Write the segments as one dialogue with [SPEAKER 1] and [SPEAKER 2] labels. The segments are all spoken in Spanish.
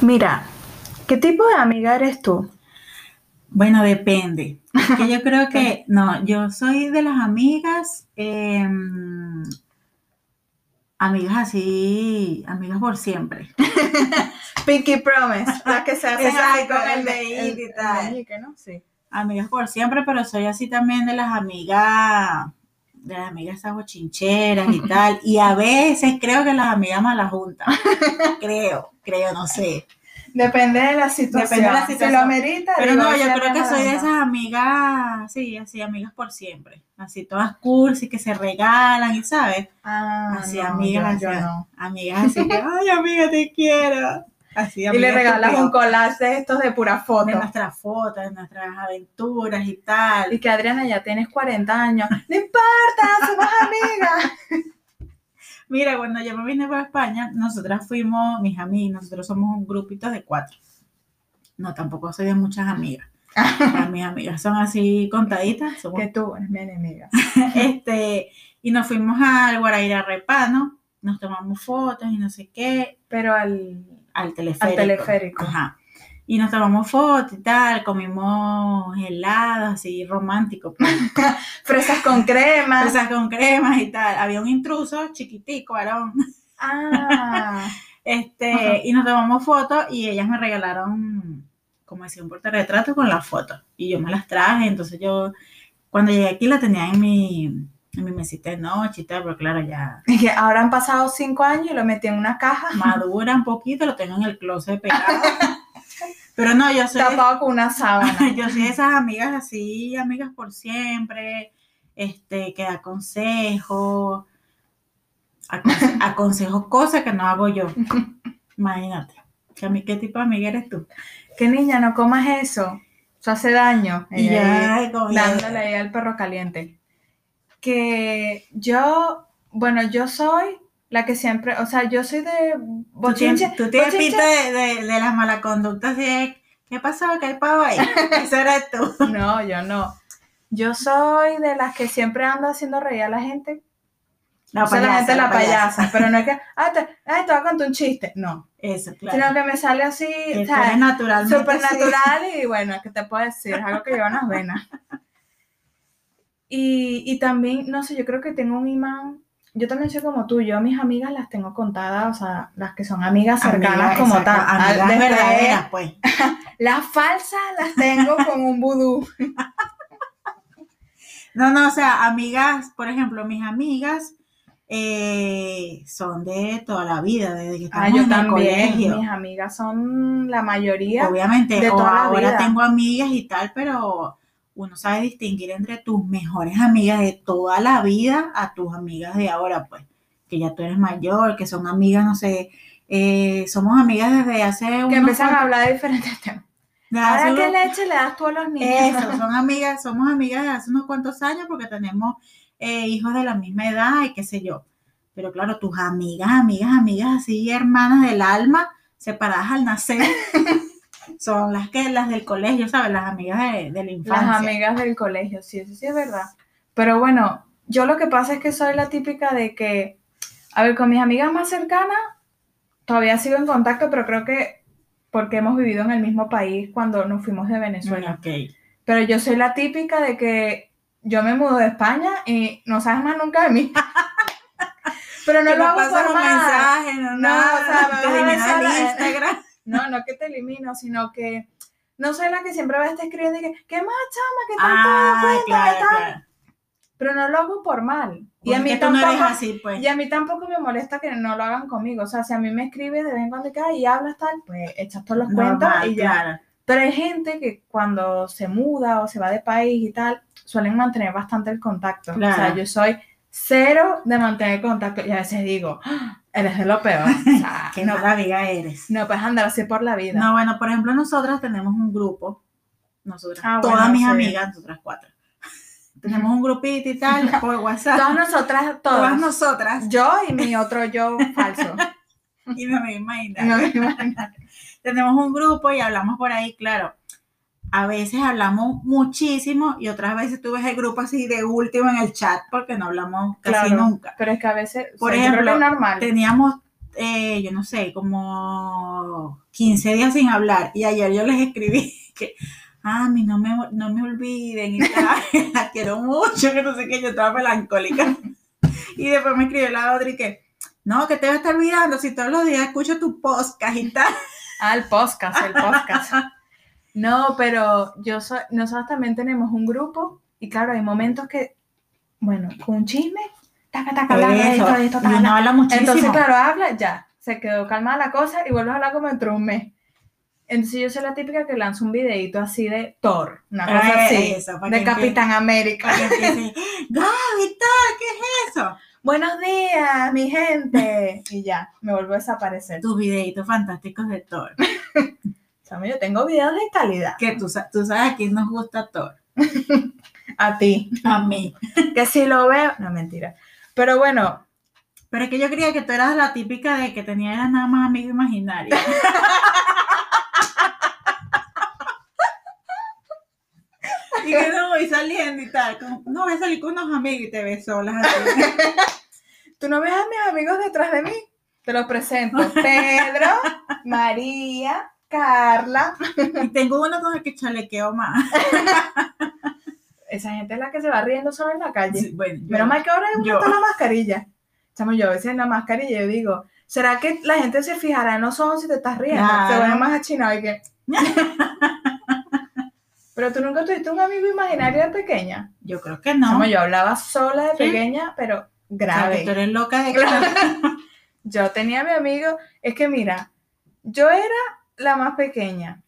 [SPEAKER 1] Mira, ¿qué tipo de amiga eres tú?
[SPEAKER 2] Bueno, depende. Que yo creo que, no, yo soy de las amigas, eh, amigas así, amigas por siempre.
[SPEAKER 1] Pinky Promise, la que se hace
[SPEAKER 2] Exacto,
[SPEAKER 1] con el
[SPEAKER 2] el-
[SPEAKER 1] dedito y
[SPEAKER 2] el-
[SPEAKER 1] tal.
[SPEAKER 2] el
[SPEAKER 1] ¿no? Sí.
[SPEAKER 2] Amigas por siempre, pero soy así también de las amigas, de las amigas esas bochincheras y tal. Y a veces creo que las amigas malas juntas. Creo, creo, no sé.
[SPEAKER 1] Depende de la situación.
[SPEAKER 2] Depende de la
[SPEAKER 1] Si lo
[SPEAKER 2] situación.
[SPEAKER 1] amerita,
[SPEAKER 2] Pero
[SPEAKER 1] digo,
[SPEAKER 2] no, yo
[SPEAKER 1] esa
[SPEAKER 2] creo que
[SPEAKER 1] es la
[SPEAKER 2] soy de
[SPEAKER 1] banda.
[SPEAKER 2] esas amigas, sí, así amigas por siempre. Así todas cursi que se regalan y sabes,
[SPEAKER 1] Ah,
[SPEAKER 2] Así,
[SPEAKER 1] no,
[SPEAKER 2] amiga,
[SPEAKER 1] yo- yo
[SPEAKER 2] así.
[SPEAKER 1] no.
[SPEAKER 2] amigas así que, ay amiga te quiero. Así
[SPEAKER 1] Y le
[SPEAKER 2] amigas
[SPEAKER 1] regalas
[SPEAKER 2] estúpidas.
[SPEAKER 1] un collage de estos de pura
[SPEAKER 2] de
[SPEAKER 1] foto.
[SPEAKER 2] nuestras fotos, de nuestras aventuras y
[SPEAKER 1] Y
[SPEAKER 2] tal.
[SPEAKER 1] que Adriana ya tienes 40 años. No importa, somos amigas.
[SPEAKER 2] Mira, cuando yo me vine para España, nosotras fuimos, mis amigas, nosotros somos un grupito de cuatro. No, tampoco soy de muchas amigas. Ah, mis amigas son así contaditas, somos
[SPEAKER 1] que tú eres mi enemiga.
[SPEAKER 2] este, y nos fuimos al Guaraira Repano, nos tomamos fotos y no sé qué,
[SPEAKER 1] Pero al.
[SPEAKER 2] al teleférico.
[SPEAKER 1] Al teleférico.
[SPEAKER 2] Ajá. Y nos tomamos fotos y tal, comimos helados así romántico, pues,
[SPEAKER 1] Fresas con crema.
[SPEAKER 2] fresas con cremas y tal. Había un intruso chiquitico, varón,
[SPEAKER 1] Ah.
[SPEAKER 2] este,
[SPEAKER 1] Ajá.
[SPEAKER 2] y nos tomamos fotos y ellas me regalaron, como decía, un portarretrato con las fotos. Y yo me las traje, entonces yo, cuando llegué aquí la tenía en mi, en mi mesita de noche y tal, pero claro, ya
[SPEAKER 1] Y que ahora han pasado cinco años y lo metí en una caja
[SPEAKER 2] madura un poquito, lo tengo en el closet pegado. Pero no, yo soy,
[SPEAKER 1] tapado con una sábana.
[SPEAKER 2] yo soy de esas amigas así, amigas por siempre, este, que da consejos, aconse- aconsejo cosas que no hago yo. Imagínate. que a mí, ¿Qué tipo de amiga eres tú?
[SPEAKER 1] Que niña, no comas eso. Eso hace daño.
[SPEAKER 2] Y
[SPEAKER 1] Ella
[SPEAKER 2] ya, como
[SPEAKER 1] ahí,
[SPEAKER 2] ya-
[SPEAKER 1] dándole ahí al perro caliente. Que yo, bueno, yo soy la que siempre, o sea, yo soy de
[SPEAKER 2] tú tienes,
[SPEAKER 1] bochinche.
[SPEAKER 2] tú tienes
[SPEAKER 1] bochinche-
[SPEAKER 2] pinta de, de, de las malas conductas de ¿qué pasó? ¿Qué hay pavo ahí? Esa eres tú.
[SPEAKER 1] No, yo no. Yo soy de las que siempre ando haciendo reír a la gente. o sea, la gente la payasa. Pero no es que, ah, te, ah, te voy a contar un chiste. No.
[SPEAKER 2] Eso,
[SPEAKER 1] Sino
[SPEAKER 2] claro.
[SPEAKER 1] que me sale así,
[SPEAKER 2] Que tú
[SPEAKER 1] ¿sabes?
[SPEAKER 2] eres naturalmente así.
[SPEAKER 1] Supernatural y bueno, ¿qué te puedo decir? Es algo que lleva en las venas. Y, y también, no sé, yo creo que tengo un imán. Yo también soy como tú, yo a mis amigas las tengo contadas, o sea, las que son amigas cercanas
[SPEAKER 2] Amigas,
[SPEAKER 1] como
[SPEAKER 2] exacto,
[SPEAKER 1] tal. Ah,
[SPEAKER 2] Amigas
[SPEAKER 1] después,
[SPEAKER 2] verdaderas, pues.
[SPEAKER 1] Las falsas las tengo con un vudú.
[SPEAKER 2] No, no, o sea, amigas, por ejemplo, mis amigas eh, son de toda la vida, desde que
[SPEAKER 1] Ah,
[SPEAKER 2] estamos
[SPEAKER 1] yo
[SPEAKER 2] en el
[SPEAKER 1] también,
[SPEAKER 2] colegio.
[SPEAKER 1] mis amigas son la mayoría.
[SPEAKER 2] Obviamente,
[SPEAKER 1] de
[SPEAKER 2] o
[SPEAKER 1] toda la
[SPEAKER 2] ahora
[SPEAKER 1] vida.
[SPEAKER 2] tengo amigas y tal, pero uno sabe distinguir entre tus mejores amigas de toda la vida a tus amigas de ahora, pues, que ya tú eres mayor, que son amigas, no sé, eh, somos amigas desde hace
[SPEAKER 1] Que
[SPEAKER 2] unos
[SPEAKER 1] empiezan a
[SPEAKER 2] cuantos-
[SPEAKER 1] hablar de diferentes temas.
[SPEAKER 2] desde hace
[SPEAKER 1] Ahora, ¿qué
[SPEAKER 2] unos-
[SPEAKER 1] leche le das tú a los niños?
[SPEAKER 2] Eso, son amigas, somos amigas de hace unos cuantos años porque tenemos eh, hijos de la misma edad y qué sé yo. Pero claro, tus amigas, amigas, amigas así, hermanas del alma, separadas al nacer, son las que las del colegio, ¿sabes? Las amigas de, de la
[SPEAKER 1] Las
[SPEAKER 2] infancia.
[SPEAKER 1] amigas del colegio, sí, eso sí es verdad. Pero bueno, yo lo que pasa es que soy la típica de que, a ver, con mis amigas más cercanas, todavía sigo en contacto, pero creo que porque hemos vivido en el mismo país cuando nos fuimos de
[SPEAKER 2] Bueno,
[SPEAKER 1] Venezuela.
[SPEAKER 2] Mm, ok.
[SPEAKER 1] Pero yo soy la típica de que yo me mudo de España y no sabes más nunca de mí. pero no
[SPEAKER 2] Que
[SPEAKER 1] lo hago
[SPEAKER 2] pasas
[SPEAKER 1] por
[SPEAKER 2] un
[SPEAKER 1] mal.
[SPEAKER 2] mensaje, no,
[SPEAKER 1] No,
[SPEAKER 2] nada,
[SPEAKER 1] o sea, me
[SPEAKER 2] te
[SPEAKER 1] vas a
[SPEAKER 2] eliminan
[SPEAKER 1] besar,
[SPEAKER 2] el
[SPEAKER 1] eh.
[SPEAKER 2] Instagram.
[SPEAKER 1] No, no que te elimino, sino que no soy la que siempre va a estar escribiendo y que, ¿qué más, chama? ¿Qué tal todo?
[SPEAKER 2] Ah,
[SPEAKER 1] cuenta,
[SPEAKER 2] claro,
[SPEAKER 1] ¿verdad?
[SPEAKER 2] claro.
[SPEAKER 1] pero no lo hago por mal. Y
[SPEAKER 2] Porque
[SPEAKER 1] a, mí
[SPEAKER 2] tú no eres
[SPEAKER 1] tampoco,
[SPEAKER 2] así, pues.
[SPEAKER 1] y a mí tampoco me molesta que no lo hagan conmigo. O sea, si a mí me escribes de vez en cuando y que, "Ay, y hablas tal, pues echas todos los cuentos
[SPEAKER 2] Normal,
[SPEAKER 1] y ya.
[SPEAKER 2] claro.
[SPEAKER 1] Pero hay gente que cuando se muda o se va de país y tal, suelen mantener bastante el contacto. O sea,
[SPEAKER 2] Claro.
[SPEAKER 1] yo soy cero de mantener contacto y a veces digo, "Ah, eres de lo peor. O sea,
[SPEAKER 2] Qué
[SPEAKER 1] no,
[SPEAKER 2] mala amiga eres.
[SPEAKER 1] no puedes andar así por la vida.
[SPEAKER 2] No, bueno, por ejemplo, nosotras tenemos un grupo, nosotras,
[SPEAKER 1] Ah,
[SPEAKER 2] todas
[SPEAKER 1] bueno,
[SPEAKER 2] mis
[SPEAKER 1] sí.
[SPEAKER 2] amigas, nosotras cuatro. Tenemos un grupito y tal, por WhatsApp,
[SPEAKER 1] Todas nosotras, todas.
[SPEAKER 2] todas nosotras,
[SPEAKER 1] Yo y mi otro yo falso.
[SPEAKER 2] y no me imagino.
[SPEAKER 1] No me imagino.
[SPEAKER 2] Tenemos un grupo y hablamos por ahí, claro. A veces hablamos muchísimo y otras veces tú ves el grupo así de último en el chat porque no hablamos casi
[SPEAKER 1] Claro.
[SPEAKER 2] nunca.
[SPEAKER 1] Pero es que a veces,
[SPEAKER 2] Por
[SPEAKER 1] o sea, yo creo que
[SPEAKER 2] ejemplo,
[SPEAKER 1] es normal.
[SPEAKER 2] Teníamos eh, yo no sé, como 15 días sin hablar. Y ayer yo les escribí que, ah, mi, no me, no me olviden, y tal, la quiero mucho, que no sé qué, yo estaba melancólica. Y después me escribió la otra y que, no, que te va a estar olvidando si todos los días escucho tu podcast y tal.
[SPEAKER 1] Ah, el podcast, el podcast. No, pero yo soy, nosotros también tenemos un grupo y claro, hay momentos que, bueno, con un chisme, taca, taca,
[SPEAKER 2] Por
[SPEAKER 1] taca,
[SPEAKER 2] eso,
[SPEAKER 1] esto, esto,
[SPEAKER 2] y
[SPEAKER 1] taca,
[SPEAKER 2] uno habla muchísimo.
[SPEAKER 1] Entonces, claro, habla, ya, se quedó calmada la cosa y vuelves a hablar como dentro de un mes. Entonces yo soy la típica que lanza un videito así de Thor, una cosa
[SPEAKER 2] Ah,
[SPEAKER 1] así,
[SPEAKER 2] eso, para
[SPEAKER 1] de
[SPEAKER 2] que
[SPEAKER 1] Capitán América.
[SPEAKER 2] Para que empiece, Gaby, tal, ¿qué es eso?
[SPEAKER 1] Buenos días, mi gente. Y ya, me vuelvo a desaparecer.
[SPEAKER 2] Tus videitos fantásticos de Thor.
[SPEAKER 1] Chamo, yo tengo videos de calidad.
[SPEAKER 2] Que tú, sa- tú sabes a quién nos gusta Thor.
[SPEAKER 1] A ti.
[SPEAKER 2] A mí.
[SPEAKER 1] Que si lo veo. No, mentira. Pero bueno,
[SPEAKER 2] Pero es que yo creía que tú eras la típica de que tenía era nada más amigo imaginario. y que no voy saliendo y tal. como, no voy a salir con unos amigos y te ves sola. así.
[SPEAKER 1] ¿tú no ves a mis amigos detrás de mí? Te los presento. Pedro, María, Carla.
[SPEAKER 2] Y tengo uno con el que chalequeo más.
[SPEAKER 1] Esa gente es la que se va riendo solo en la calle.
[SPEAKER 2] Sí, Bueno, yo-
[SPEAKER 1] Menos mal que ahora
[SPEAKER 2] yo-
[SPEAKER 1] yo. la mascarilla. Chamo, yo a veces en la mascarilla yo digo, ¿será que la gente se fijará en los ojos si te estás riendo?
[SPEAKER 2] Claro.
[SPEAKER 1] Se vuelve más achinado y que... pero tú nunca tuviste un amigo imaginario de pequeña.
[SPEAKER 2] yo creo que no.
[SPEAKER 1] Chamo, yo hablaba sola de
[SPEAKER 2] Sí.
[SPEAKER 1] pequeña, pero
[SPEAKER 2] O sea, que
[SPEAKER 1] grave.
[SPEAKER 2] tú eres loca de
[SPEAKER 1] Yo tenía a mi amigo, es que mira, yo era la más pequeña.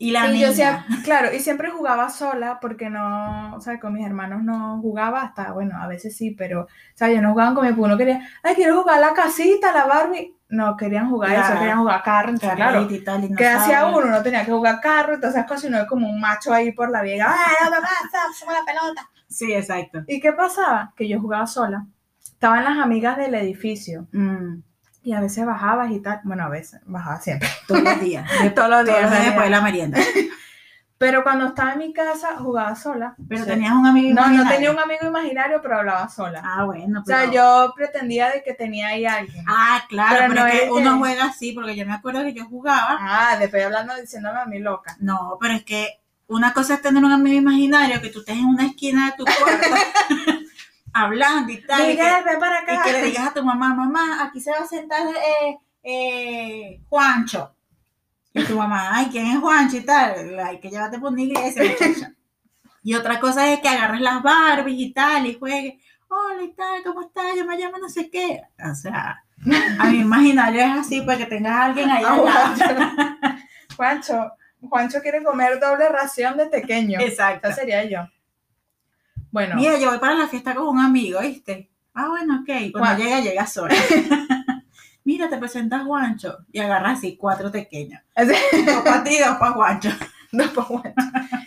[SPEAKER 2] Y la
[SPEAKER 1] Y yo
[SPEAKER 2] niña.
[SPEAKER 1] siempre, claro, y siempre jugaba sola porque no, o sea, con mis hermanos no jugaba hasta, bueno, a veces sí, pero, o sea, yo no jugaba con mi porque no quería, ay, quiero jugar la casita, la Barbie. No, querían jugar
[SPEAKER 2] Claro.
[SPEAKER 1] eso, querían jugar carro, entonces, claro.
[SPEAKER 2] Carlita y tal, y no
[SPEAKER 1] ¿Qué hacía
[SPEAKER 2] sabe.
[SPEAKER 1] uno? No tenía que jugar carro y todas esas cosas, y uno como un macho ahí por la vieja, ¡ay, la pasa, suma la pelota!
[SPEAKER 2] Sí, exacto.
[SPEAKER 1] ¿Y qué pasaba? Que yo jugaba sola. Estaban las amigas del edificio
[SPEAKER 2] Mm,
[SPEAKER 1] y a veces bajabas y tal, bueno, a veces, bajaba siempre.
[SPEAKER 2] todos los días. Todos
[SPEAKER 1] Todos los
[SPEAKER 2] los
[SPEAKER 1] días.
[SPEAKER 2] días después de
[SPEAKER 1] salía.
[SPEAKER 2] la merienda.
[SPEAKER 1] Pero cuando estaba en mi casa, jugaba sola.
[SPEAKER 2] Pero
[SPEAKER 1] O sea,
[SPEAKER 2] tenías un amigo
[SPEAKER 1] No,
[SPEAKER 2] imaginario.
[SPEAKER 1] no tenía un amigo imaginario, pero hablaba sola.
[SPEAKER 2] Ah, bueno.
[SPEAKER 1] O sea,
[SPEAKER 2] pero-
[SPEAKER 1] yo pretendía de que tenía ahí alguien.
[SPEAKER 2] Ah, claro, pero,
[SPEAKER 1] pero no
[SPEAKER 2] es que
[SPEAKER 1] es-
[SPEAKER 2] uno juega así, porque yo me acuerdo que yo jugaba.
[SPEAKER 1] Ah, después hablando diciéndome a mí loca.
[SPEAKER 2] No, pero es que una cosa es tener un amigo imaginario que tú estés en una esquina de tu cuarto hablando y tal. y que-
[SPEAKER 1] Miguel, ven para
[SPEAKER 2] Y que,
[SPEAKER 1] acá.
[SPEAKER 2] le digas a tu mamá, mamá, aquí se va a sentar eh, eh, Juancho. Y tu mamá, ay, ¿quién es Juancho y tal? Hay que llevarte por una iglesia, muchacha. Y otra cosa es que agarres las Barbies y tal y juegues. Hola y tal, ¿cómo estás? Yo me llamo no sé qué. O sea, a mi imaginario es así para que tengas a alguien ahí
[SPEAKER 1] Ah,
[SPEAKER 2] al lado.
[SPEAKER 1] Juancho. Ah, Juancho, Juancho quiere comer doble ración de pequeño.
[SPEAKER 2] Exacto.
[SPEAKER 1] Esa sería yo. Bueno,
[SPEAKER 2] Mira, yo voy para la fiesta con un amigo, ¿viste? Ah, bueno, ok. Cuando
[SPEAKER 1] Juan.
[SPEAKER 2] llega, llega sola. Mira, te presentas Juancho y agarras así cuatro pequeños.
[SPEAKER 1] así-
[SPEAKER 2] Dos para ti, dos para Juancho.
[SPEAKER 1] no, pues, Juancho.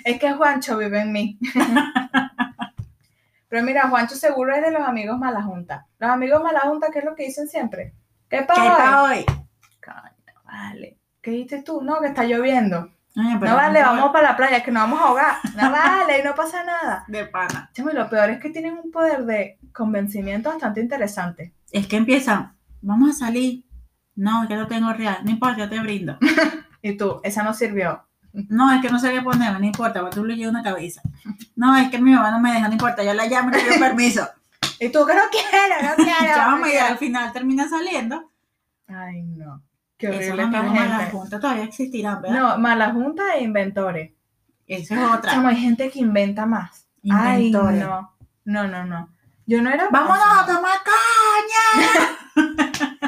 [SPEAKER 1] es que Juancho vive en mí. Pero mira, Juancho seguro es de los amigos mala junta. Los amigos mala junta, ¿qué es lo que dicen siempre? ¿Qué
[SPEAKER 2] ¿Qué
[SPEAKER 1] pasa?
[SPEAKER 2] pa' hoy?
[SPEAKER 1] Vale. ¿Qué dijiste tú? No, que está lloviendo.
[SPEAKER 2] Oye, pero
[SPEAKER 1] No vale,
[SPEAKER 2] nunca-
[SPEAKER 1] vamos para la playa, que nos vamos a ahogar. No vale, y no pasa nada.
[SPEAKER 2] De pana.
[SPEAKER 1] Chamo, y lo peor es que tienen un poder de convencimiento bastante interesante.
[SPEAKER 2] Es que empiezan, vamos a salir. No, es que no tengo real. No importa, yo te brindo.
[SPEAKER 1] Y tú, esa no sirvió.
[SPEAKER 2] No, es que no sé qué ponerme, no importa, porque tú le llevas una cabeza. No, es que mi mamá no me deja, no importa, yo la llamo y le pido permiso.
[SPEAKER 1] Y tú, que no quiero, no quiero.
[SPEAKER 2] Chama, y al
[SPEAKER 1] quiero.
[SPEAKER 2] final termina saliendo.
[SPEAKER 1] Ay, no. Qué
[SPEAKER 2] Esos
[SPEAKER 1] horrible esta
[SPEAKER 2] amigos malas
[SPEAKER 1] gente.
[SPEAKER 2] juntas todavía existirán, ¿verdad?
[SPEAKER 1] No, mala junta e inventores.
[SPEAKER 2] Esa es otra.
[SPEAKER 1] Chamo, hay gente que inventa más.
[SPEAKER 2] Inventores.
[SPEAKER 1] Ay, no. No, no, no. Yo no era.
[SPEAKER 2] ¡Vámonos a tomar caña!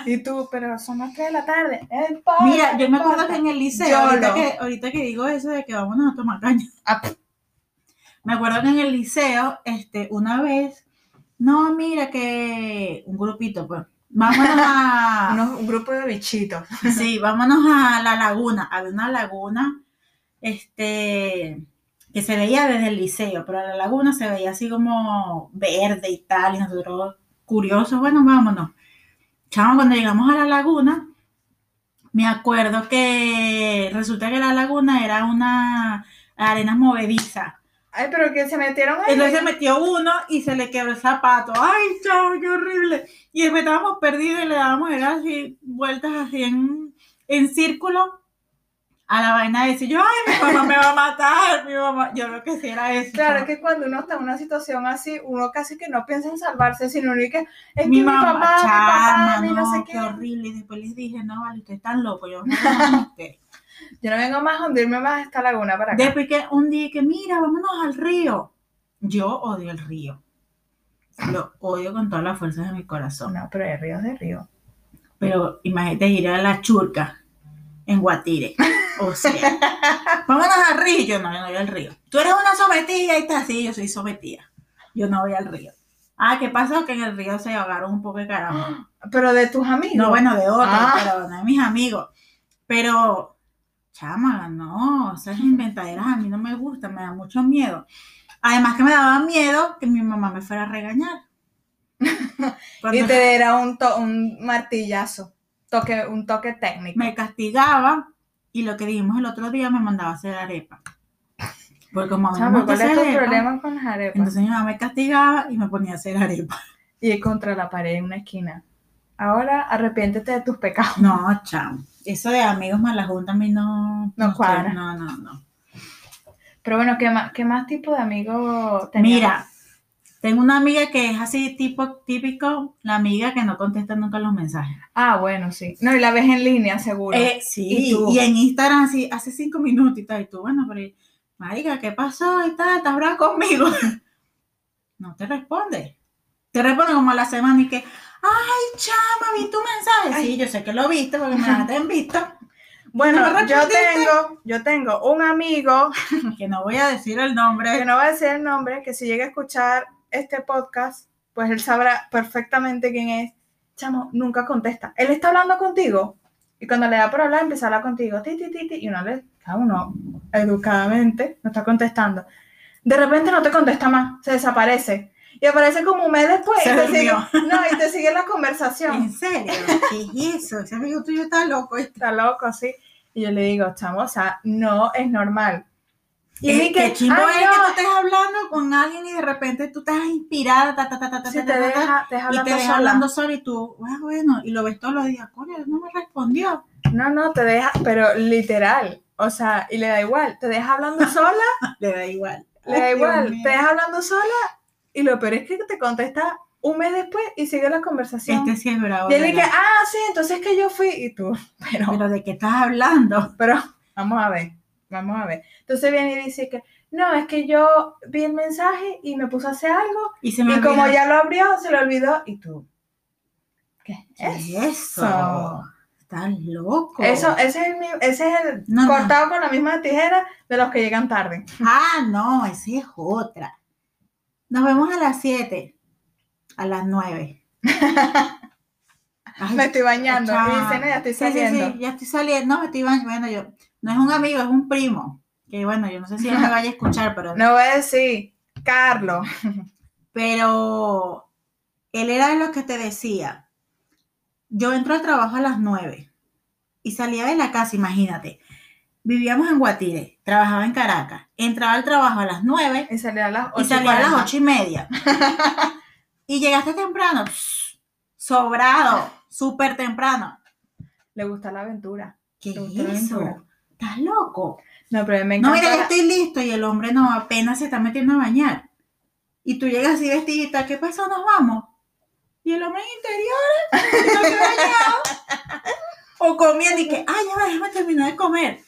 [SPEAKER 1] Y tú, pero son las 3 de la tarde. Eh, pa,
[SPEAKER 2] Mira, yo me
[SPEAKER 1] pa,
[SPEAKER 2] acuerdo
[SPEAKER 1] pa.
[SPEAKER 2] que en el liceo,
[SPEAKER 1] Yo
[SPEAKER 2] ahorita
[SPEAKER 1] no.
[SPEAKER 2] que, ahorita que digo eso de que vámonos a tomar caña,
[SPEAKER 1] Ah, pff.
[SPEAKER 2] me acuerdo que en el liceo, este, una vez, no, mira que un grupito, pues, vámonos a,
[SPEAKER 1] Unos- un grupo de bichitos.
[SPEAKER 2] sí, vámonos a la laguna, había una laguna, este, que se veía desde el liceo, pero la laguna se veía así como verde y tal, y nosotros curiosos, bueno, vámonos. Chamo, cuando llegamos a la laguna, me acuerdo que resulta que la laguna era una arena movediza.
[SPEAKER 1] Ay, pero que se metieron ahí.
[SPEAKER 2] Entonces se metió uno y se le quebró el zapato. ¡Ay, chao, qué horrible! Y después estábamos perdidos y le dábamos era así, vueltas así en, en círculo a la vaina de decir, yo, ay, mi mamá me va a matar, mi mamá. Yo creo que sí era eso.
[SPEAKER 1] Claro, es
[SPEAKER 2] chamo.
[SPEAKER 1] que cuando uno está en una situación así, uno casi que no piensa en salvarse, sino uno y que es
[SPEAKER 2] mi
[SPEAKER 1] que
[SPEAKER 2] mamá,
[SPEAKER 1] mi papá,
[SPEAKER 2] chama,
[SPEAKER 1] mi papá, mi
[SPEAKER 2] no,
[SPEAKER 1] no sé
[SPEAKER 2] qué,
[SPEAKER 1] qué.
[SPEAKER 2] horrible. Y después les dije, no, vale, ustedes están locos, yo no voy con ustedes.
[SPEAKER 1] Yo no vengo más a hundirme más a esta laguna para acá.
[SPEAKER 2] Después que un día que, mira, vámonos al río. Yo odio el río. Lo odio con todas las fuerzas de mi corazón.
[SPEAKER 1] No, pero de río es de río.
[SPEAKER 2] Pero imagínate ir a la churca en Guatire. O sea, vámonos al río. Yo no, yo no voy al río. Tú eres una sometida y estás así, yo soy sometida. Yo no voy al río. Ah, ¿qué pasó? Que en el río se ahogaron un poco de caramba.
[SPEAKER 1] Pero de tus amigos.
[SPEAKER 2] No, bueno, de otros,
[SPEAKER 1] Ah.
[SPEAKER 2] pero no de mis amigos. Pero, chama, no, esas inventaderas a mí no me gustan, me da mucho miedo. Además que me daba miedo que mi mamá me fuera a regañar.
[SPEAKER 1] y
[SPEAKER 2] Cuando
[SPEAKER 1] te diera un, to- un martillazo, toque, un toque técnico.
[SPEAKER 2] me castigaba y lo que dijimos el otro día me mandaba a hacer arepa. Porque como a mí no me
[SPEAKER 1] Chamo,
[SPEAKER 2] gusta
[SPEAKER 1] ¿cuál es
[SPEAKER 2] hacer
[SPEAKER 1] tu
[SPEAKER 2] arepa,
[SPEAKER 1] problema con las arepas?
[SPEAKER 2] entonces mi mamá me castigaba y me ponía a hacer arepa.
[SPEAKER 1] y contra la pared en una esquina. Ahora arrepiéntete de tus pecados.
[SPEAKER 2] No, chamo. Eso de amigos malas juntas a mí no...
[SPEAKER 1] No
[SPEAKER 2] sé,
[SPEAKER 1] cuadra.
[SPEAKER 2] No, no, no.
[SPEAKER 1] Pero bueno, ¿qué más, qué más tipo de amigo tenías?
[SPEAKER 2] Mira, tengo una amiga que es así tipo típico, la amiga que no contesta nunca los mensajes.
[SPEAKER 1] Ah, bueno, sí. No, y la ves en línea, seguro.
[SPEAKER 2] Eh, sí,
[SPEAKER 1] ¿Y
[SPEAKER 2] y,
[SPEAKER 1] tú?
[SPEAKER 2] en Instagram así, hace cinco minutos y tal, y tú, bueno, pero, marica, ¿qué pasó? Y tal, ¿estás brava conmigo? No te responde. Te responde como a la semana y que, ay, chama, vi tu mensaje.
[SPEAKER 1] Ay.
[SPEAKER 2] Sí, yo sé que lo viste porque me lo han visto.
[SPEAKER 1] bueno,
[SPEAKER 2] ¿no me
[SPEAKER 1] yo
[SPEAKER 2] respondiste?
[SPEAKER 1] tengo, yo tengo un amigo,
[SPEAKER 2] Que no voy a decir el nombre.
[SPEAKER 1] que no voy a decir el nombre, que si llega a escuchar este podcast, pues él sabrá perfectamente quién es. Chamo, nunca contesta. Él está hablando contigo y cuando le da por hablar, empieza a hablar contigo, ti, ti, ti, ti, y uno le, cada uno educadamente no está contestando. De repente no te contesta más, se desaparece. Y aparece como un mes después
[SPEAKER 2] Se
[SPEAKER 1] y, te sigue,
[SPEAKER 2] durmió.
[SPEAKER 1] no, y te sigue la conversación.
[SPEAKER 2] En serio, ¿qué es eso? Ese amigo tuyo está loco. ¿viste?
[SPEAKER 1] está loco, así. Y yo le digo, chamo, o sea, no es normal. Y
[SPEAKER 2] Eh,
[SPEAKER 1] dije,
[SPEAKER 2] qué chimbo
[SPEAKER 1] "Ay,
[SPEAKER 2] es que
[SPEAKER 1] no,
[SPEAKER 2] tú estés hablando con alguien y de repente tú estás inspirada, ta, ta, ta, ta, ta,
[SPEAKER 1] si
[SPEAKER 2] ta,
[SPEAKER 1] te
[SPEAKER 2] ta, ta,
[SPEAKER 1] deja, te deja
[SPEAKER 2] y
[SPEAKER 1] hablando
[SPEAKER 2] te deja
[SPEAKER 1] sola.
[SPEAKER 2] hablando solo y tú, ah, bueno, y lo ves todos los días, coño, no me respondió.
[SPEAKER 1] No, no, te deja, pero literal. O sea, y le da igual, te deja hablando sola,
[SPEAKER 2] Le da igual.
[SPEAKER 1] le da
[SPEAKER 2] Ay,
[SPEAKER 1] igual,
[SPEAKER 2] Dios mío.
[SPEAKER 1] te deja hablando sola, y lo peor es que te contesta un mes después y sigue la conversación.
[SPEAKER 2] Este sí es bravo.
[SPEAKER 1] y él dice,
[SPEAKER 2] ¿verdad?
[SPEAKER 1] ah, sí, entonces que yo fui, y tú, pero
[SPEAKER 2] Pero de qué estás hablando.
[SPEAKER 1] pero vamos a ver, vamos a ver. Entonces viene y dice que, no, es que yo vi el mensaje y me puse a hacer algo
[SPEAKER 2] Y se me
[SPEAKER 1] y como
[SPEAKER 2] olvidó.
[SPEAKER 1] ya lo abrió, se lo olvidó y tú. ¿Qué es
[SPEAKER 2] ¿Qué es eso?
[SPEAKER 1] eso?
[SPEAKER 2] Estás loco.
[SPEAKER 1] Eso, ese es el, mi- ese es el
[SPEAKER 2] No, no.
[SPEAKER 1] cortado con la misma tijera de los que llegan tarde.
[SPEAKER 2] Ah, no, esa es otra. Nos vemos a las 7, a las 9.
[SPEAKER 1] Me estoy bañando.
[SPEAKER 2] Chao.
[SPEAKER 1] Y dicen, "No, ya estoy
[SPEAKER 2] Sí, sí,
[SPEAKER 1] saliendo.
[SPEAKER 2] sí, ya estoy saliendo, me estoy bañando. Bueno, yo, no es un amigo, es un primo. Que bueno, yo no sé si él me vaya a escuchar, pero,
[SPEAKER 1] No voy a decir, Carlos.
[SPEAKER 2] pero él era de los que te decía, yo entro al trabajo a las 9 y salía de la casa, imagínate. Vivíamos en Guatire, trabajaba en Caracas, entraba al trabajo a las 9
[SPEAKER 1] Y salí a las
[SPEAKER 2] y
[SPEAKER 1] ocho
[SPEAKER 2] salía a las
[SPEAKER 1] cuarenta.
[SPEAKER 2] ocho y media. y llegaste temprano, sobrado, súper temprano.
[SPEAKER 1] Le gusta la aventura.
[SPEAKER 2] ¿Qué
[SPEAKER 1] Te
[SPEAKER 2] es
[SPEAKER 1] gusta la
[SPEAKER 2] eso?
[SPEAKER 1] aventura.
[SPEAKER 2] ¿Estás loco?
[SPEAKER 1] No, pero me
[SPEAKER 2] No,
[SPEAKER 1] encanta.
[SPEAKER 2] mira,
[SPEAKER 1] la-
[SPEAKER 2] ya estoy listo y el hombre no, apenas se está metiendo a bañar. Y tú llegas así vestidita, ¿qué pasó? Nos vamos. Y el hombre en interiores, no se ha bañado. O comiendo y que, ay, ya va, déjame terminar de comer.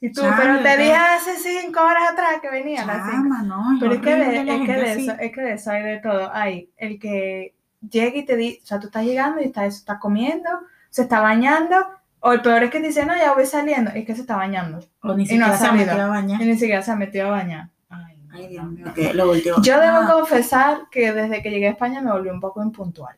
[SPEAKER 1] Y tú,
[SPEAKER 2] Chamo,
[SPEAKER 1] pero te
[SPEAKER 2] yo-
[SPEAKER 1] dije hace cinco horas atrás que venía a las cinco.
[SPEAKER 2] Chama, no, es
[SPEAKER 1] Pero es que,
[SPEAKER 2] horrible
[SPEAKER 1] de,
[SPEAKER 2] la
[SPEAKER 1] es, que
[SPEAKER 2] gente
[SPEAKER 1] de
[SPEAKER 2] así.
[SPEAKER 1] eso, es que de eso hay de todo. Hay el que llega y te dice, o sea, tú estás llegando y está, está comiendo, se está bañando, o el peor es que te dice, no, ya voy saliendo, y es que se está bañando.
[SPEAKER 2] O ni
[SPEAKER 1] y no ha
[SPEAKER 2] siquiera se ha
[SPEAKER 1] salido.
[SPEAKER 2] metido a bañar.
[SPEAKER 1] Y ni siquiera se ha metido a bañar.
[SPEAKER 2] Ay, Dios mío, que lo último.
[SPEAKER 1] Yo debo
[SPEAKER 2] Ah,
[SPEAKER 1] confesar que desde que llegué a España me volví un poco impuntual.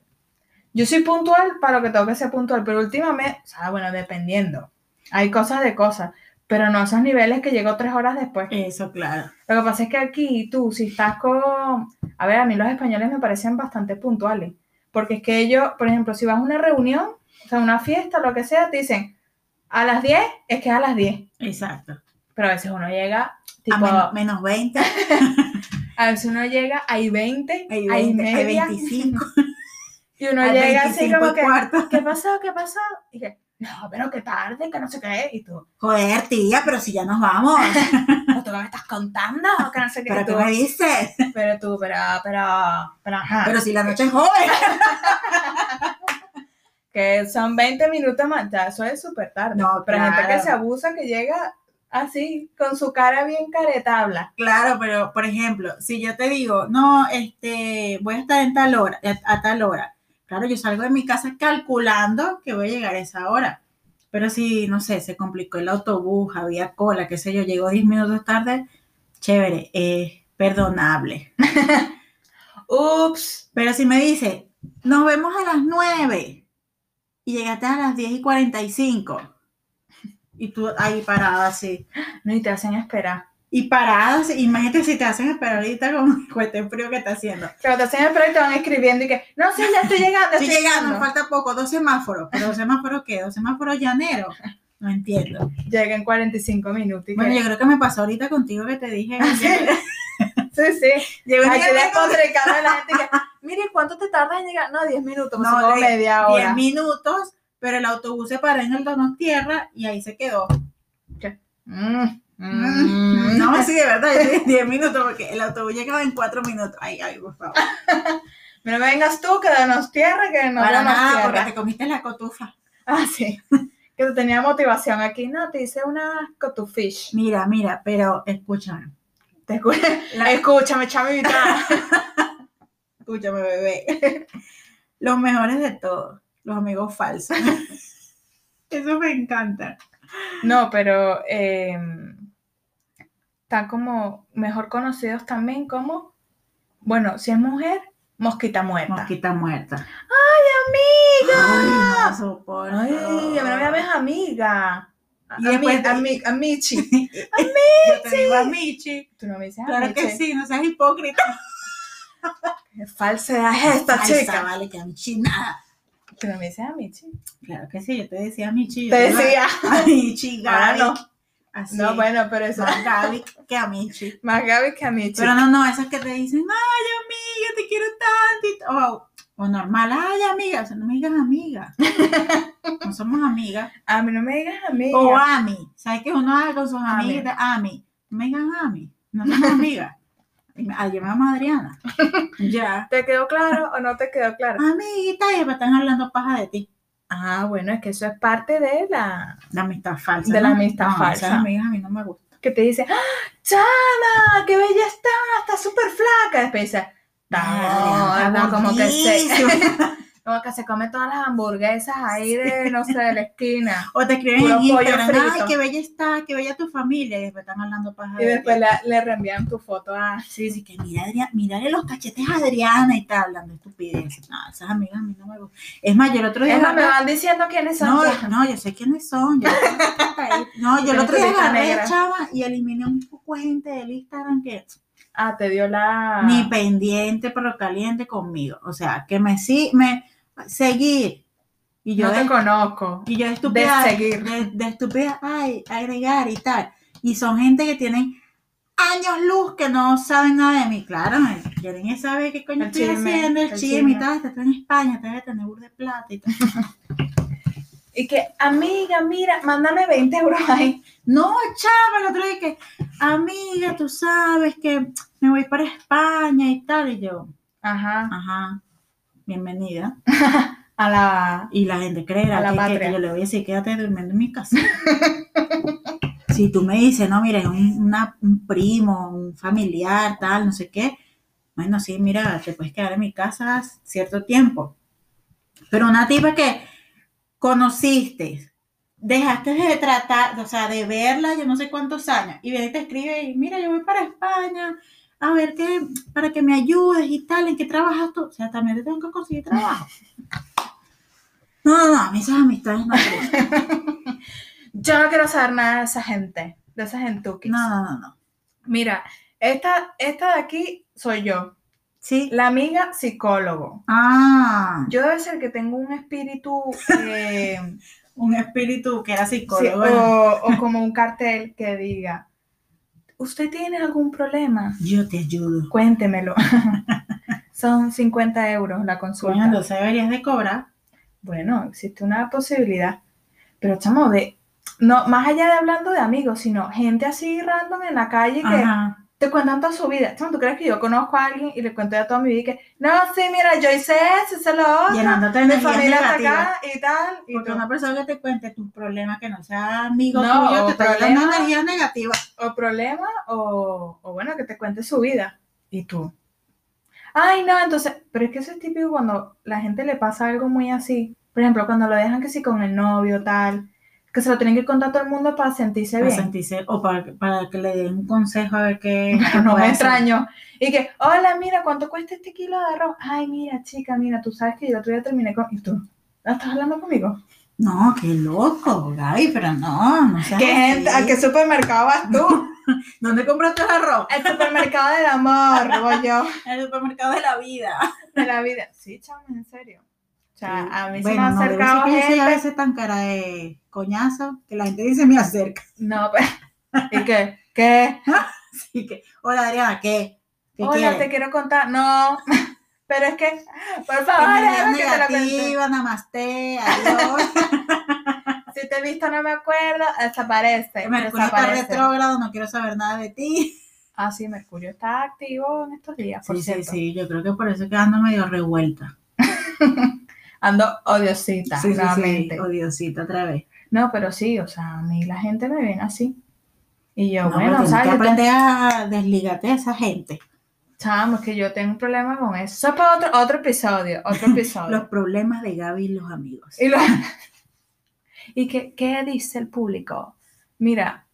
[SPEAKER 1] Yo soy puntual para lo que tengo que ser puntual, pero últimamente, o sea, bueno, dependiendo. Hay cosas de cosas, pero no a esos niveles que llego tres horas después.
[SPEAKER 2] Eso, claro.
[SPEAKER 1] Lo que pasa es que aquí tú, si estás con... A ver, a mí los españoles me parecen bastante puntuales. Porque es que ellos, por ejemplo, si vas a una reunión, o sea, una fiesta, lo que sea, te dicen, a las 10 es que es a las 10.
[SPEAKER 2] Exacto.
[SPEAKER 1] Pero a veces uno llega Tipo,
[SPEAKER 2] a menos, menos 20,
[SPEAKER 1] a veces uno llega, hay 20, hay,
[SPEAKER 2] hay 20, hay
[SPEAKER 1] media,
[SPEAKER 2] 25,
[SPEAKER 1] y uno
[SPEAKER 2] hay
[SPEAKER 1] llega así
[SPEAKER 2] 25
[SPEAKER 1] como
[SPEAKER 2] y
[SPEAKER 1] que,
[SPEAKER 2] cuarto.
[SPEAKER 1] ¿qué pasó? ¿Qué pasó? Y que, no, pero qué tarde, que no sé qué, y tú,
[SPEAKER 2] Joder, tía, pero si ya nos vamos,
[SPEAKER 1] ¿no tú qué me estás contando? Que no sé qué,
[SPEAKER 2] ¿pero
[SPEAKER 1] tú,
[SPEAKER 2] qué me dices?
[SPEAKER 1] pero tú, pero, pero, pero, ajá.
[SPEAKER 2] Pero si la noche es joven.
[SPEAKER 1] que son 20 minutos más, ya eso es súper tarde.
[SPEAKER 2] No,
[SPEAKER 1] Pero hay gente que
[SPEAKER 2] claro.
[SPEAKER 1] se abusa, que llega así, con su cara bien caretabla.
[SPEAKER 2] Claro, pero por ejemplo, si yo te digo, no, este, voy a estar en tal hora, eh, a, a tal hora. Claro, yo salgo de mi casa calculando que voy a llegar a esa hora. Pero si, no sé, se complicó el autobús, había cola, qué sé yo, llegó 10 minutos tarde, chévere, es perdonable.
[SPEAKER 1] Ups,
[SPEAKER 2] Pero si me dice, nos vemos a las 9 y llegaste a las 10 y 45 y tú ahí parada así.
[SPEAKER 1] no, y te hacen esperar.
[SPEAKER 2] Y parada, así, imagínate si te hacen esperar ahorita con el cuete frío que está haciendo.
[SPEAKER 1] Pero te hacen esperar y te van escribiendo y que, no, sí, ya estoy llegando,
[SPEAKER 2] Estoy llegando, falta poco, dos semáforos. ¿Pero dos semáforos qué? ¿Dos semáforos llaneros? No entiendo.
[SPEAKER 1] Llega en 45 minutos. Y
[SPEAKER 2] Bueno,
[SPEAKER 1] que-
[SPEAKER 2] yo creo que me pasó ahorita contigo que te dije.
[SPEAKER 1] sí, sí, sí.
[SPEAKER 2] Llegó
[SPEAKER 1] Aquí
[SPEAKER 2] diez minutos,
[SPEAKER 1] despotricando a la gente que, mire, ¿cuánto te tardas en llegar? No, 10 minutos,
[SPEAKER 2] No,
[SPEAKER 1] no,
[SPEAKER 2] de-
[SPEAKER 1] media
[SPEAKER 2] diez
[SPEAKER 1] hora.
[SPEAKER 2] minutos, pero el autobús se paró en el Donostierra y ahí se quedó.
[SPEAKER 1] Mm, mm.
[SPEAKER 2] No, sí, de verdad, yo dije diez minutos porque el autobús llegaba en cuatro minutos. Ay, ay, por favor.
[SPEAKER 1] No me vengas tú, que nos tierra, que no
[SPEAKER 2] Para
[SPEAKER 1] nos
[SPEAKER 2] nada, porque
[SPEAKER 1] tierra.
[SPEAKER 2] te comiste la cotufa.
[SPEAKER 1] Ah, sí. Que tú tenía motivación aquí, no, te hice una cotufish.
[SPEAKER 2] Mira, mira, pero escúchame.
[SPEAKER 1] Te escu-
[SPEAKER 2] La-
[SPEAKER 1] Escúchame, chamita.
[SPEAKER 2] Escúchame, bebé. Los mejores de todos, los amigos falsos. Eso me encanta.
[SPEAKER 1] No, pero eh, están como mejor conocidos también como, bueno, si es mujer, mosquita muerta.
[SPEAKER 2] Mosquita muerta.
[SPEAKER 1] ¡Ay, amiga!
[SPEAKER 2] Ay, no soporto.
[SPEAKER 1] Ay, a mí no me llames amiga.
[SPEAKER 2] Ah. Y
[SPEAKER 1] Ami-
[SPEAKER 2] después-
[SPEAKER 1] ami- amichi.
[SPEAKER 2] Yo te digo a Michi.
[SPEAKER 1] Tú no me dices "Ah,
[SPEAKER 2] Claro
[SPEAKER 1] amiche.
[SPEAKER 2] que sí, no seas hipócrita.
[SPEAKER 1] Qué falsedad es esta,
[SPEAKER 2] Ay,
[SPEAKER 1] chica.
[SPEAKER 2] vale, que a Michi nada.
[SPEAKER 1] Tú no me dices amichi.
[SPEAKER 2] Claro que sí, yo te decía a Michi. yo
[SPEAKER 1] Te
[SPEAKER 2] iba
[SPEAKER 1] decía.
[SPEAKER 2] A Michi,
[SPEAKER 1] Ah, Ahora
[SPEAKER 2] Gaby.
[SPEAKER 1] no.
[SPEAKER 2] Así.
[SPEAKER 1] No, bueno, pero eso.
[SPEAKER 2] Más Gaby que a Michi.
[SPEAKER 1] Más Gaby que amichi.
[SPEAKER 2] Pero no, no, esas que te dicen, ay, amiga, te quiero tanto. O, o normal, ay, amiga. O sea, no me digas amiga. No somos amigas.
[SPEAKER 1] A mí no me digas amiga.
[SPEAKER 2] O Ami. ¿Sabes qué uno hace con sus
[SPEAKER 1] Ami.
[SPEAKER 2] amiguitas? Ami. No me digan Ami. No somos amigas. Y me- Ah, yo me llamo Adriana. ya.
[SPEAKER 1] ¿Te quedó claro o no te quedó claro?
[SPEAKER 2] Amiguita, y me están hablando paja de ti.
[SPEAKER 1] Ah, bueno, es que eso es parte de la.
[SPEAKER 2] La amistad falsa.
[SPEAKER 1] De la
[SPEAKER 2] ¿no?
[SPEAKER 1] amistad
[SPEAKER 2] No,
[SPEAKER 1] falsa.
[SPEAKER 2] Esas amigas a mí no me gustan.
[SPEAKER 1] Que te dice, ¡Ah, ¡Chama! ¡Qué bella está! ¡Está súper flaca! Después dice,
[SPEAKER 2] Adriana,
[SPEAKER 1] "No, no, como que se.
[SPEAKER 2] gordísima.
[SPEAKER 1] Como que se come todas las hamburguesas ahí de, no sé, de la esquina.
[SPEAKER 2] O te escriben
[SPEAKER 1] Puro
[SPEAKER 2] en
[SPEAKER 1] pollo
[SPEAKER 2] Instagram, ay,
[SPEAKER 1] frito.
[SPEAKER 2] qué bella está, qué bella tu familia. Y después están hablando paja
[SPEAKER 1] Y
[SPEAKER 2] de
[SPEAKER 1] después
[SPEAKER 2] ti.
[SPEAKER 1] la- le reenvían tu foto a.
[SPEAKER 2] Sí, sí, que mira, Adriana, mírale los cachetes a Adriana y está hablando estupideces. No, esas amigas a mí no me gustan. Es más, yo el otro día...
[SPEAKER 1] Es más, me
[SPEAKER 2] agarré-
[SPEAKER 1] van diciendo quiénes son.
[SPEAKER 2] No,
[SPEAKER 1] ya.
[SPEAKER 2] no, yo sé quiénes son. yo- no, yo el
[SPEAKER 1] Tiene
[SPEAKER 2] otro día
[SPEAKER 1] colita
[SPEAKER 2] agarré
[SPEAKER 1] negra.
[SPEAKER 2] chava y eliminé un poco de gente del Instagram que
[SPEAKER 1] Ah, te dio la.
[SPEAKER 2] ni pendiente, pero caliente conmigo. O sea, que me sí, me seguir. Y yo
[SPEAKER 1] no te
[SPEAKER 2] de,
[SPEAKER 1] conozco.
[SPEAKER 2] y yo de estúpida,
[SPEAKER 1] de seguir.
[SPEAKER 2] de, de estúpida, ay, agregar y tal. Y son gente que tienen años luz que no saben nada de mí. Claro, me quieren saber qué coño
[SPEAKER 1] El
[SPEAKER 2] estoy
[SPEAKER 1] chisme,
[SPEAKER 2] haciendo, el,
[SPEAKER 1] el
[SPEAKER 2] chisme
[SPEAKER 1] chisme.
[SPEAKER 2] y tal. Estás en España, te debe tener burda de plata y tal.
[SPEAKER 1] Y que, amiga, mira, mándame 20 euros ahí.
[SPEAKER 2] No, chava, el otro día que, amiga, tú sabes que me voy para España y tal. Y yo,
[SPEAKER 1] Ajá.
[SPEAKER 2] ajá, bienvenida.
[SPEAKER 1] A la.
[SPEAKER 2] Y la gente creerá
[SPEAKER 1] A la
[SPEAKER 2] que- que,
[SPEAKER 1] patria.
[SPEAKER 2] que yo le voy a decir, quédate durmiendo en mi casa. si tú me dices, no, mira, es un, una- un primo, un familiar, tal, no sé qué. Bueno, sí, mira, te puedes quedar en mi casa cierto tiempo. Pero una tipa que conociste, dejaste de tratar, o sea, de verla yo no sé cuántos años, y viene y te escribe y, mira, yo voy para España, a ver qué, para que me ayudes y tal, ¿en qué trabajas tú? O sea, también te tengo que conseguir trabajo. No, no, no, a mí esas amistades no me gustan.
[SPEAKER 1] Yo no quiero saber nada de esa gente, de esas gentuquis.
[SPEAKER 2] No, no, no, no.
[SPEAKER 1] Mira, esta, esta de aquí soy yo,
[SPEAKER 2] Sí.
[SPEAKER 1] la amiga psicólogo.
[SPEAKER 2] Ah,
[SPEAKER 1] Yo debe ser que tengo un espíritu eh, sí,
[SPEAKER 2] oh. un espíritu que era psicólogo.
[SPEAKER 1] o, o como un cartel que diga, ¿usted tiene algún problema?
[SPEAKER 2] Yo te ayudo.
[SPEAKER 1] Cuéntemelo. Son 50 euros la consulta.
[SPEAKER 2] Coño, entonces deberías de cobrar.
[SPEAKER 1] Bueno, existe una posibilidad. Pero chamo, de, no, más allá de hablando de amigos, sino gente así random en la calle que
[SPEAKER 2] Ajá.
[SPEAKER 1] te cuentan toda su vida. Chamo, ¿tú crees que yo conozco a alguien y le cuento ya toda mi vida y que, no, sí, mira, yo hice eso, hice lo otro,
[SPEAKER 2] Llenándote de
[SPEAKER 1] mi
[SPEAKER 2] energías
[SPEAKER 1] familia está
[SPEAKER 2] negativas.
[SPEAKER 1] acá y tal. Y
[SPEAKER 2] Porque
[SPEAKER 1] tú,
[SPEAKER 2] una persona que te cuente tus problemas, que no sea amigo
[SPEAKER 1] No,
[SPEAKER 2] tuyo, te está dando
[SPEAKER 1] problema.
[SPEAKER 2] energía negativa.
[SPEAKER 1] o problema o, o bueno, que te cuente su vida. Y tú. Ay, no, entonces, pero es que eso es típico cuando la gente le pasa algo muy así. Por ejemplo, cuando lo dejan que sí con el novio, tal, que se lo tienen que contar a todo el mundo para sentirse
[SPEAKER 2] Para
[SPEAKER 1] bien.
[SPEAKER 2] sentirse, o para, para que le den un consejo a ver qué. qué
[SPEAKER 1] no
[SPEAKER 2] puede
[SPEAKER 1] me
[SPEAKER 2] hacer.
[SPEAKER 1] extraño. Y que, hola, mira, ¿cuánto cuesta este kilo de arroz? Ay, mira, chica, mira, tú sabes que yo el otro día terminé con... ¿Y tú? ¿No ¿Estás hablando conmigo?
[SPEAKER 2] No, qué loco, Gaby, pero no, no seas
[SPEAKER 1] ¿Qué
[SPEAKER 2] así.
[SPEAKER 1] gente? ¿A qué supermercado vas tú?
[SPEAKER 2] ¿Dónde compraste el arroz?
[SPEAKER 1] El supermercado del amor, voy yo.
[SPEAKER 2] En el supermercado de la vida.
[SPEAKER 1] De la vida. Sí, chamo, en serio. O sea, a mí se me
[SPEAKER 2] bueno,
[SPEAKER 1] ha
[SPEAKER 2] no, debe
[SPEAKER 1] acercado
[SPEAKER 2] ser que yo soy a
[SPEAKER 1] gente...
[SPEAKER 2] veces tan cara de coñazo que la gente dice me acerca.
[SPEAKER 1] No, pero... ¿Y qué? ¿Qué?
[SPEAKER 2] Así que, hola Adriana, ¿qué? ¿Qué
[SPEAKER 1] Hola,
[SPEAKER 2] quieres?
[SPEAKER 1] te quiero contar. No, pero es que... Por favor,
[SPEAKER 2] Energía
[SPEAKER 1] déjame que te lo cuente.
[SPEAKER 2] negativa, namaste, adiós.
[SPEAKER 1] Si te he visto no me acuerdo, desaparece.
[SPEAKER 2] Mercurio está
[SPEAKER 1] desaparece.
[SPEAKER 2] retrógrado, no quiero saber nada de ti.
[SPEAKER 1] Ah, sí, Mercurio está activo en estos días, por
[SPEAKER 2] Sí, sí,
[SPEAKER 1] cierto.
[SPEAKER 2] sí, yo creo que por eso es que ando medio revuelta.
[SPEAKER 1] Ando odiosita,
[SPEAKER 2] sí, sí,
[SPEAKER 1] realmente.
[SPEAKER 2] sí, odiosita otra vez.
[SPEAKER 1] No, pero sí, o sea, a mí la gente me viene así. Y yo,
[SPEAKER 2] No, pero
[SPEAKER 1] bueno,
[SPEAKER 2] tienes que
[SPEAKER 1] ¿sabes? Yo
[SPEAKER 2] aprender a desligarte de esa gente.
[SPEAKER 1] te- Chamo, es que yo tengo un problema con eso. Eso es para otro, otro episodio, otro
[SPEAKER 2] Los
[SPEAKER 1] episodio.
[SPEAKER 2] problemas de Gaby y los amigos.
[SPEAKER 1] y lo- ¿Y qué, qué dice el público? Mira,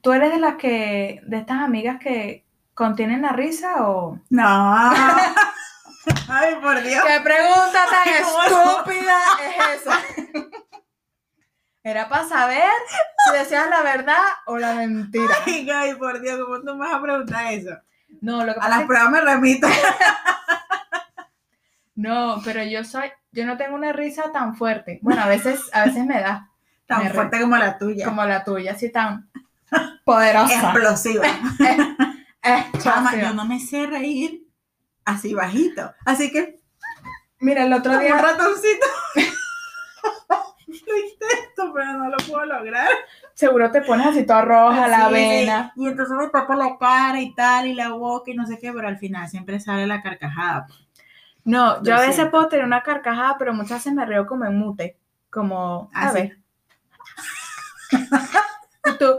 [SPEAKER 1] ¿tú eres de las que, de estas amigas que contienen la risa o...?
[SPEAKER 2] No. Ay, por Dios.
[SPEAKER 1] ¡Qué pregunta tan
[SPEAKER 2] ¿Cómo?
[SPEAKER 1] estúpida es esa! Era para saber si decías la verdad o la mentira.
[SPEAKER 2] Ay, Gaby, por Dios, ¿cómo tú me vas a preguntar eso?
[SPEAKER 1] No, lo que
[SPEAKER 2] A
[SPEAKER 1] pasa
[SPEAKER 2] las
[SPEAKER 1] es que,
[SPEAKER 2] pruebas me remito.
[SPEAKER 1] no, pero yo soy, yo no tengo una risa tan fuerte. Bueno, a veces, a veces me da
[SPEAKER 2] Tan
[SPEAKER 1] Me re-
[SPEAKER 2] fuerte como la tuya.
[SPEAKER 1] como la tuya, así tan poderosa.
[SPEAKER 2] Explosiva. Chama,
[SPEAKER 1] Explosiva.
[SPEAKER 2] yo no me sé reír así bajito. Así que
[SPEAKER 1] Mira, el otro
[SPEAKER 2] como un
[SPEAKER 1] día,
[SPEAKER 2] ratoncito. lo intento, pero no lo puedo lograr.
[SPEAKER 1] seguro te pones así toda roja la
[SPEAKER 2] Sí,
[SPEAKER 1] vena.
[SPEAKER 2] Y entonces me tapo la cara y tal, y la boca y no sé qué, pero al final siempre sale la carcajada. pues.
[SPEAKER 1] No, yo
[SPEAKER 2] Lo
[SPEAKER 1] a veces
[SPEAKER 2] siento.
[SPEAKER 1] puedo tener una carcajada, pero muchas veces me río como en mute. Como, a
[SPEAKER 2] Ah, sí.
[SPEAKER 1] ver. Y tú,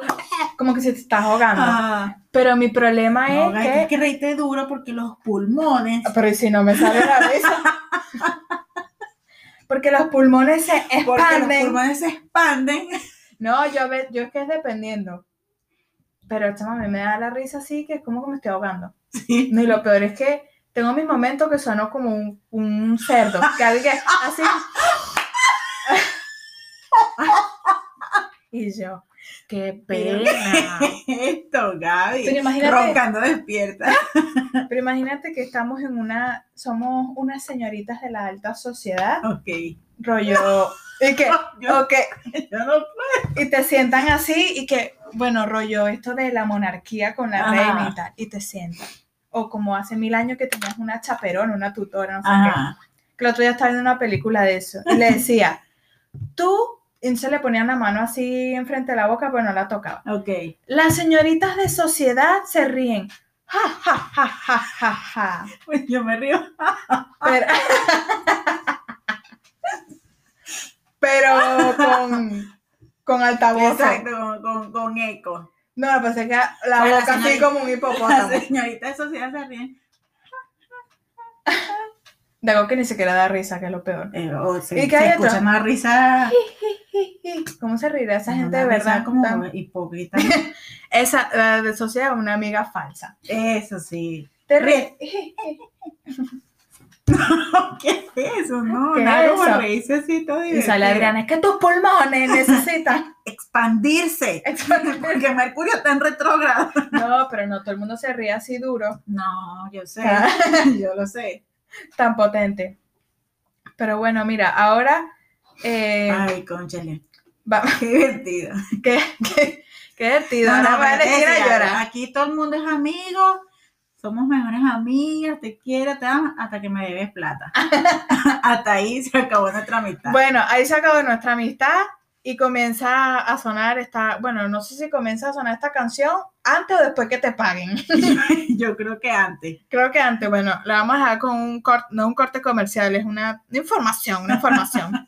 [SPEAKER 1] como que se te está ahogando.
[SPEAKER 2] Ah,
[SPEAKER 1] Pero mi problema
[SPEAKER 2] no,
[SPEAKER 1] es
[SPEAKER 2] Gaby,
[SPEAKER 1] que.
[SPEAKER 2] tienes que reírte duro porque los pulmones.
[SPEAKER 1] Pero ¿y si no me sale la risa. Porque los pulmones se
[SPEAKER 2] Porque los
[SPEAKER 1] expanden.
[SPEAKER 2] pulmones se expanden.
[SPEAKER 1] No, yo, a ve- yo es que es dependiendo. Pero chama, a mí me da la risa así que es como que me estoy ahogando.
[SPEAKER 2] Sí.
[SPEAKER 1] No, y lo peor es que tengo mis momentos que sueno como un, un cerdo. Que alguien así. y yo, qué pena.
[SPEAKER 2] Esto, Gaby.
[SPEAKER 1] Pero imagínate-
[SPEAKER 2] Roncando despierta.
[SPEAKER 1] Pero imagínate que estamos en una, somos unas señoritas de la alta sociedad,
[SPEAKER 2] Ok.
[SPEAKER 1] rollo, y que,
[SPEAKER 2] Yo-
[SPEAKER 1] ok,
[SPEAKER 2] yo no
[SPEAKER 1] y te sientan así y que, bueno, rollo esto de la monarquía con la
[SPEAKER 2] Ajá.
[SPEAKER 1] reina y tal, y te sientan. O como hace mil años que tenías una chaperona, una tutora, no sé qué.
[SPEAKER 2] Ajá.
[SPEAKER 1] que el otro día estaba viendo una película de eso y le decía, tú, y se le ponían la mano así enfrente de la boca, pero no la tocaba.
[SPEAKER 2] Ok.
[SPEAKER 1] Las señoritas de sociedad se ríen. Ja, ja, ja, ja, ja, ja.
[SPEAKER 2] Pues yo me río.
[SPEAKER 1] Pero, pero con, con altavoz.
[SPEAKER 2] Exacto, con, con, con eco.
[SPEAKER 1] No, pues es que la
[SPEAKER 2] Bueno,
[SPEAKER 1] boca así
[SPEAKER 2] señorita.
[SPEAKER 1] como un
[SPEAKER 2] La
[SPEAKER 1] hipopótamo.
[SPEAKER 2] señorita de sociedad se ríe.
[SPEAKER 1] De algo que ni siquiera da risa, que es lo peor.
[SPEAKER 2] Eh, o se,
[SPEAKER 1] ¿Y qué
[SPEAKER 2] se
[SPEAKER 1] hay
[SPEAKER 2] escucha
[SPEAKER 1] otro?
[SPEAKER 2] una risa.
[SPEAKER 1] ¿Cómo se reirá esa gente
[SPEAKER 2] una
[SPEAKER 1] de
[SPEAKER 2] risa
[SPEAKER 1] verdad?
[SPEAKER 2] Como
[SPEAKER 1] Tan-
[SPEAKER 2] hipócrita.
[SPEAKER 1] Esa, la de sociedad, una amiga falsa.
[SPEAKER 2] Eso sí.
[SPEAKER 1] Te
[SPEAKER 2] Ríe.
[SPEAKER 1] ríes.
[SPEAKER 2] ¿Qué es eso? No,
[SPEAKER 1] ¿Qué es
[SPEAKER 2] nada como
[SPEAKER 1] eso?
[SPEAKER 2] reírse así todo
[SPEAKER 1] Y sale
[SPEAKER 2] divertido.
[SPEAKER 1] Adriana, es que tus pulmones necesitan.
[SPEAKER 2] Expandirse. Porque Mercurio está en retrógrado.
[SPEAKER 1] no, pero no todo el mundo se ríe así duro,
[SPEAKER 2] No, yo sé.
[SPEAKER 1] Ah.
[SPEAKER 2] yo lo sé.
[SPEAKER 1] tan potente. Pero bueno, mira, ahora eh,
[SPEAKER 2] Ay, conchale.
[SPEAKER 1] va-
[SPEAKER 2] Qué divertido.
[SPEAKER 1] que, que- Qué divertido.
[SPEAKER 2] No, no,
[SPEAKER 1] ahora voy a
[SPEAKER 2] pero es que
[SPEAKER 1] decir a
[SPEAKER 2] sí,
[SPEAKER 1] llorar.
[SPEAKER 2] Aquí todo el mundo es amigo, somos mejores amigas, te quiero, te amo, hasta que me debes plata. hasta ahí se acabó nuestra amistad.
[SPEAKER 1] Bueno, ahí se acabó nuestra amistad y comienza a sonar esta, bueno, no sé si comienza a sonar esta canción antes o después que te paguen.
[SPEAKER 2] Yo creo que antes.
[SPEAKER 1] Creo que antes, bueno, la vamos a dejar con un corte, no un corte comercial, es una, una información, una información.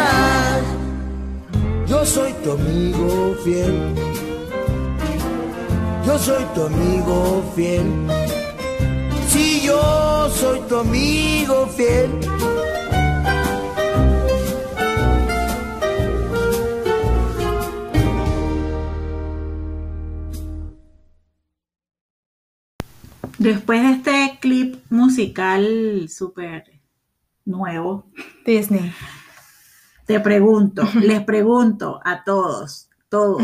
[SPEAKER 3] Yo soy tu amigo fiel. Yo soy tu amigo fiel. Si yo soy tu amigo fiel.
[SPEAKER 2] Después de este clip musical súper nuevo,
[SPEAKER 1] Disney.
[SPEAKER 2] te pregunto, les pregunto a todos, todos,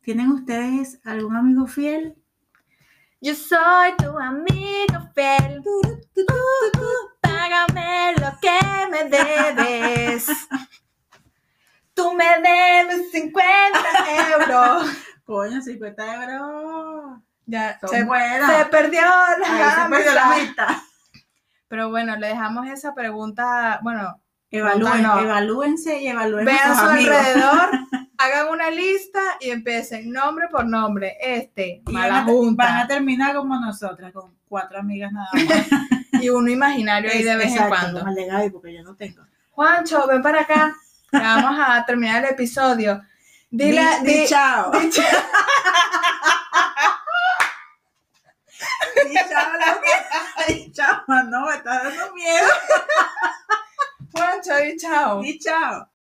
[SPEAKER 2] ¿tienen ustedes algún amigo fiel?
[SPEAKER 4] Yo soy tu amigo fiel. Págame lo que me debes. Tú me debes 50 euros.
[SPEAKER 2] Coño, 50 euros.
[SPEAKER 1] Ya,
[SPEAKER 2] Son
[SPEAKER 1] se,
[SPEAKER 2] buenas.
[SPEAKER 1] se perdió
[SPEAKER 2] Ahí
[SPEAKER 1] la
[SPEAKER 2] se perdió la
[SPEAKER 1] amistad.
[SPEAKER 2] mitad.
[SPEAKER 1] Pero bueno, le dejamos esa pregunta, bueno,
[SPEAKER 2] Evalúen,
[SPEAKER 1] No.
[SPEAKER 2] Evalúense y evalúen
[SPEAKER 1] vean
[SPEAKER 2] a
[SPEAKER 1] a
[SPEAKER 2] sus
[SPEAKER 1] su
[SPEAKER 2] amigos.
[SPEAKER 1] alrededor, hagan una lista y empiecen nombre por nombre. Este,
[SPEAKER 2] Y van,
[SPEAKER 1] mala
[SPEAKER 2] a, van a
[SPEAKER 1] junta.
[SPEAKER 2] terminar como nosotras, con cuatro amigas nada más.
[SPEAKER 1] Y uno imaginario ahí de vez
[SPEAKER 2] Exacto,
[SPEAKER 1] en cuando.
[SPEAKER 2] como el de Gaby, porque yo no tengo.
[SPEAKER 1] Juancho, ven para acá. Ya vamos a terminar el episodio. Dile,
[SPEAKER 2] Di- di
[SPEAKER 1] di-
[SPEAKER 2] chao.
[SPEAKER 1] di chao.
[SPEAKER 2] Di chao, loca. Di chao, no, me está dando miedo.
[SPEAKER 1] Juancho, di chao.
[SPEAKER 2] Di chao.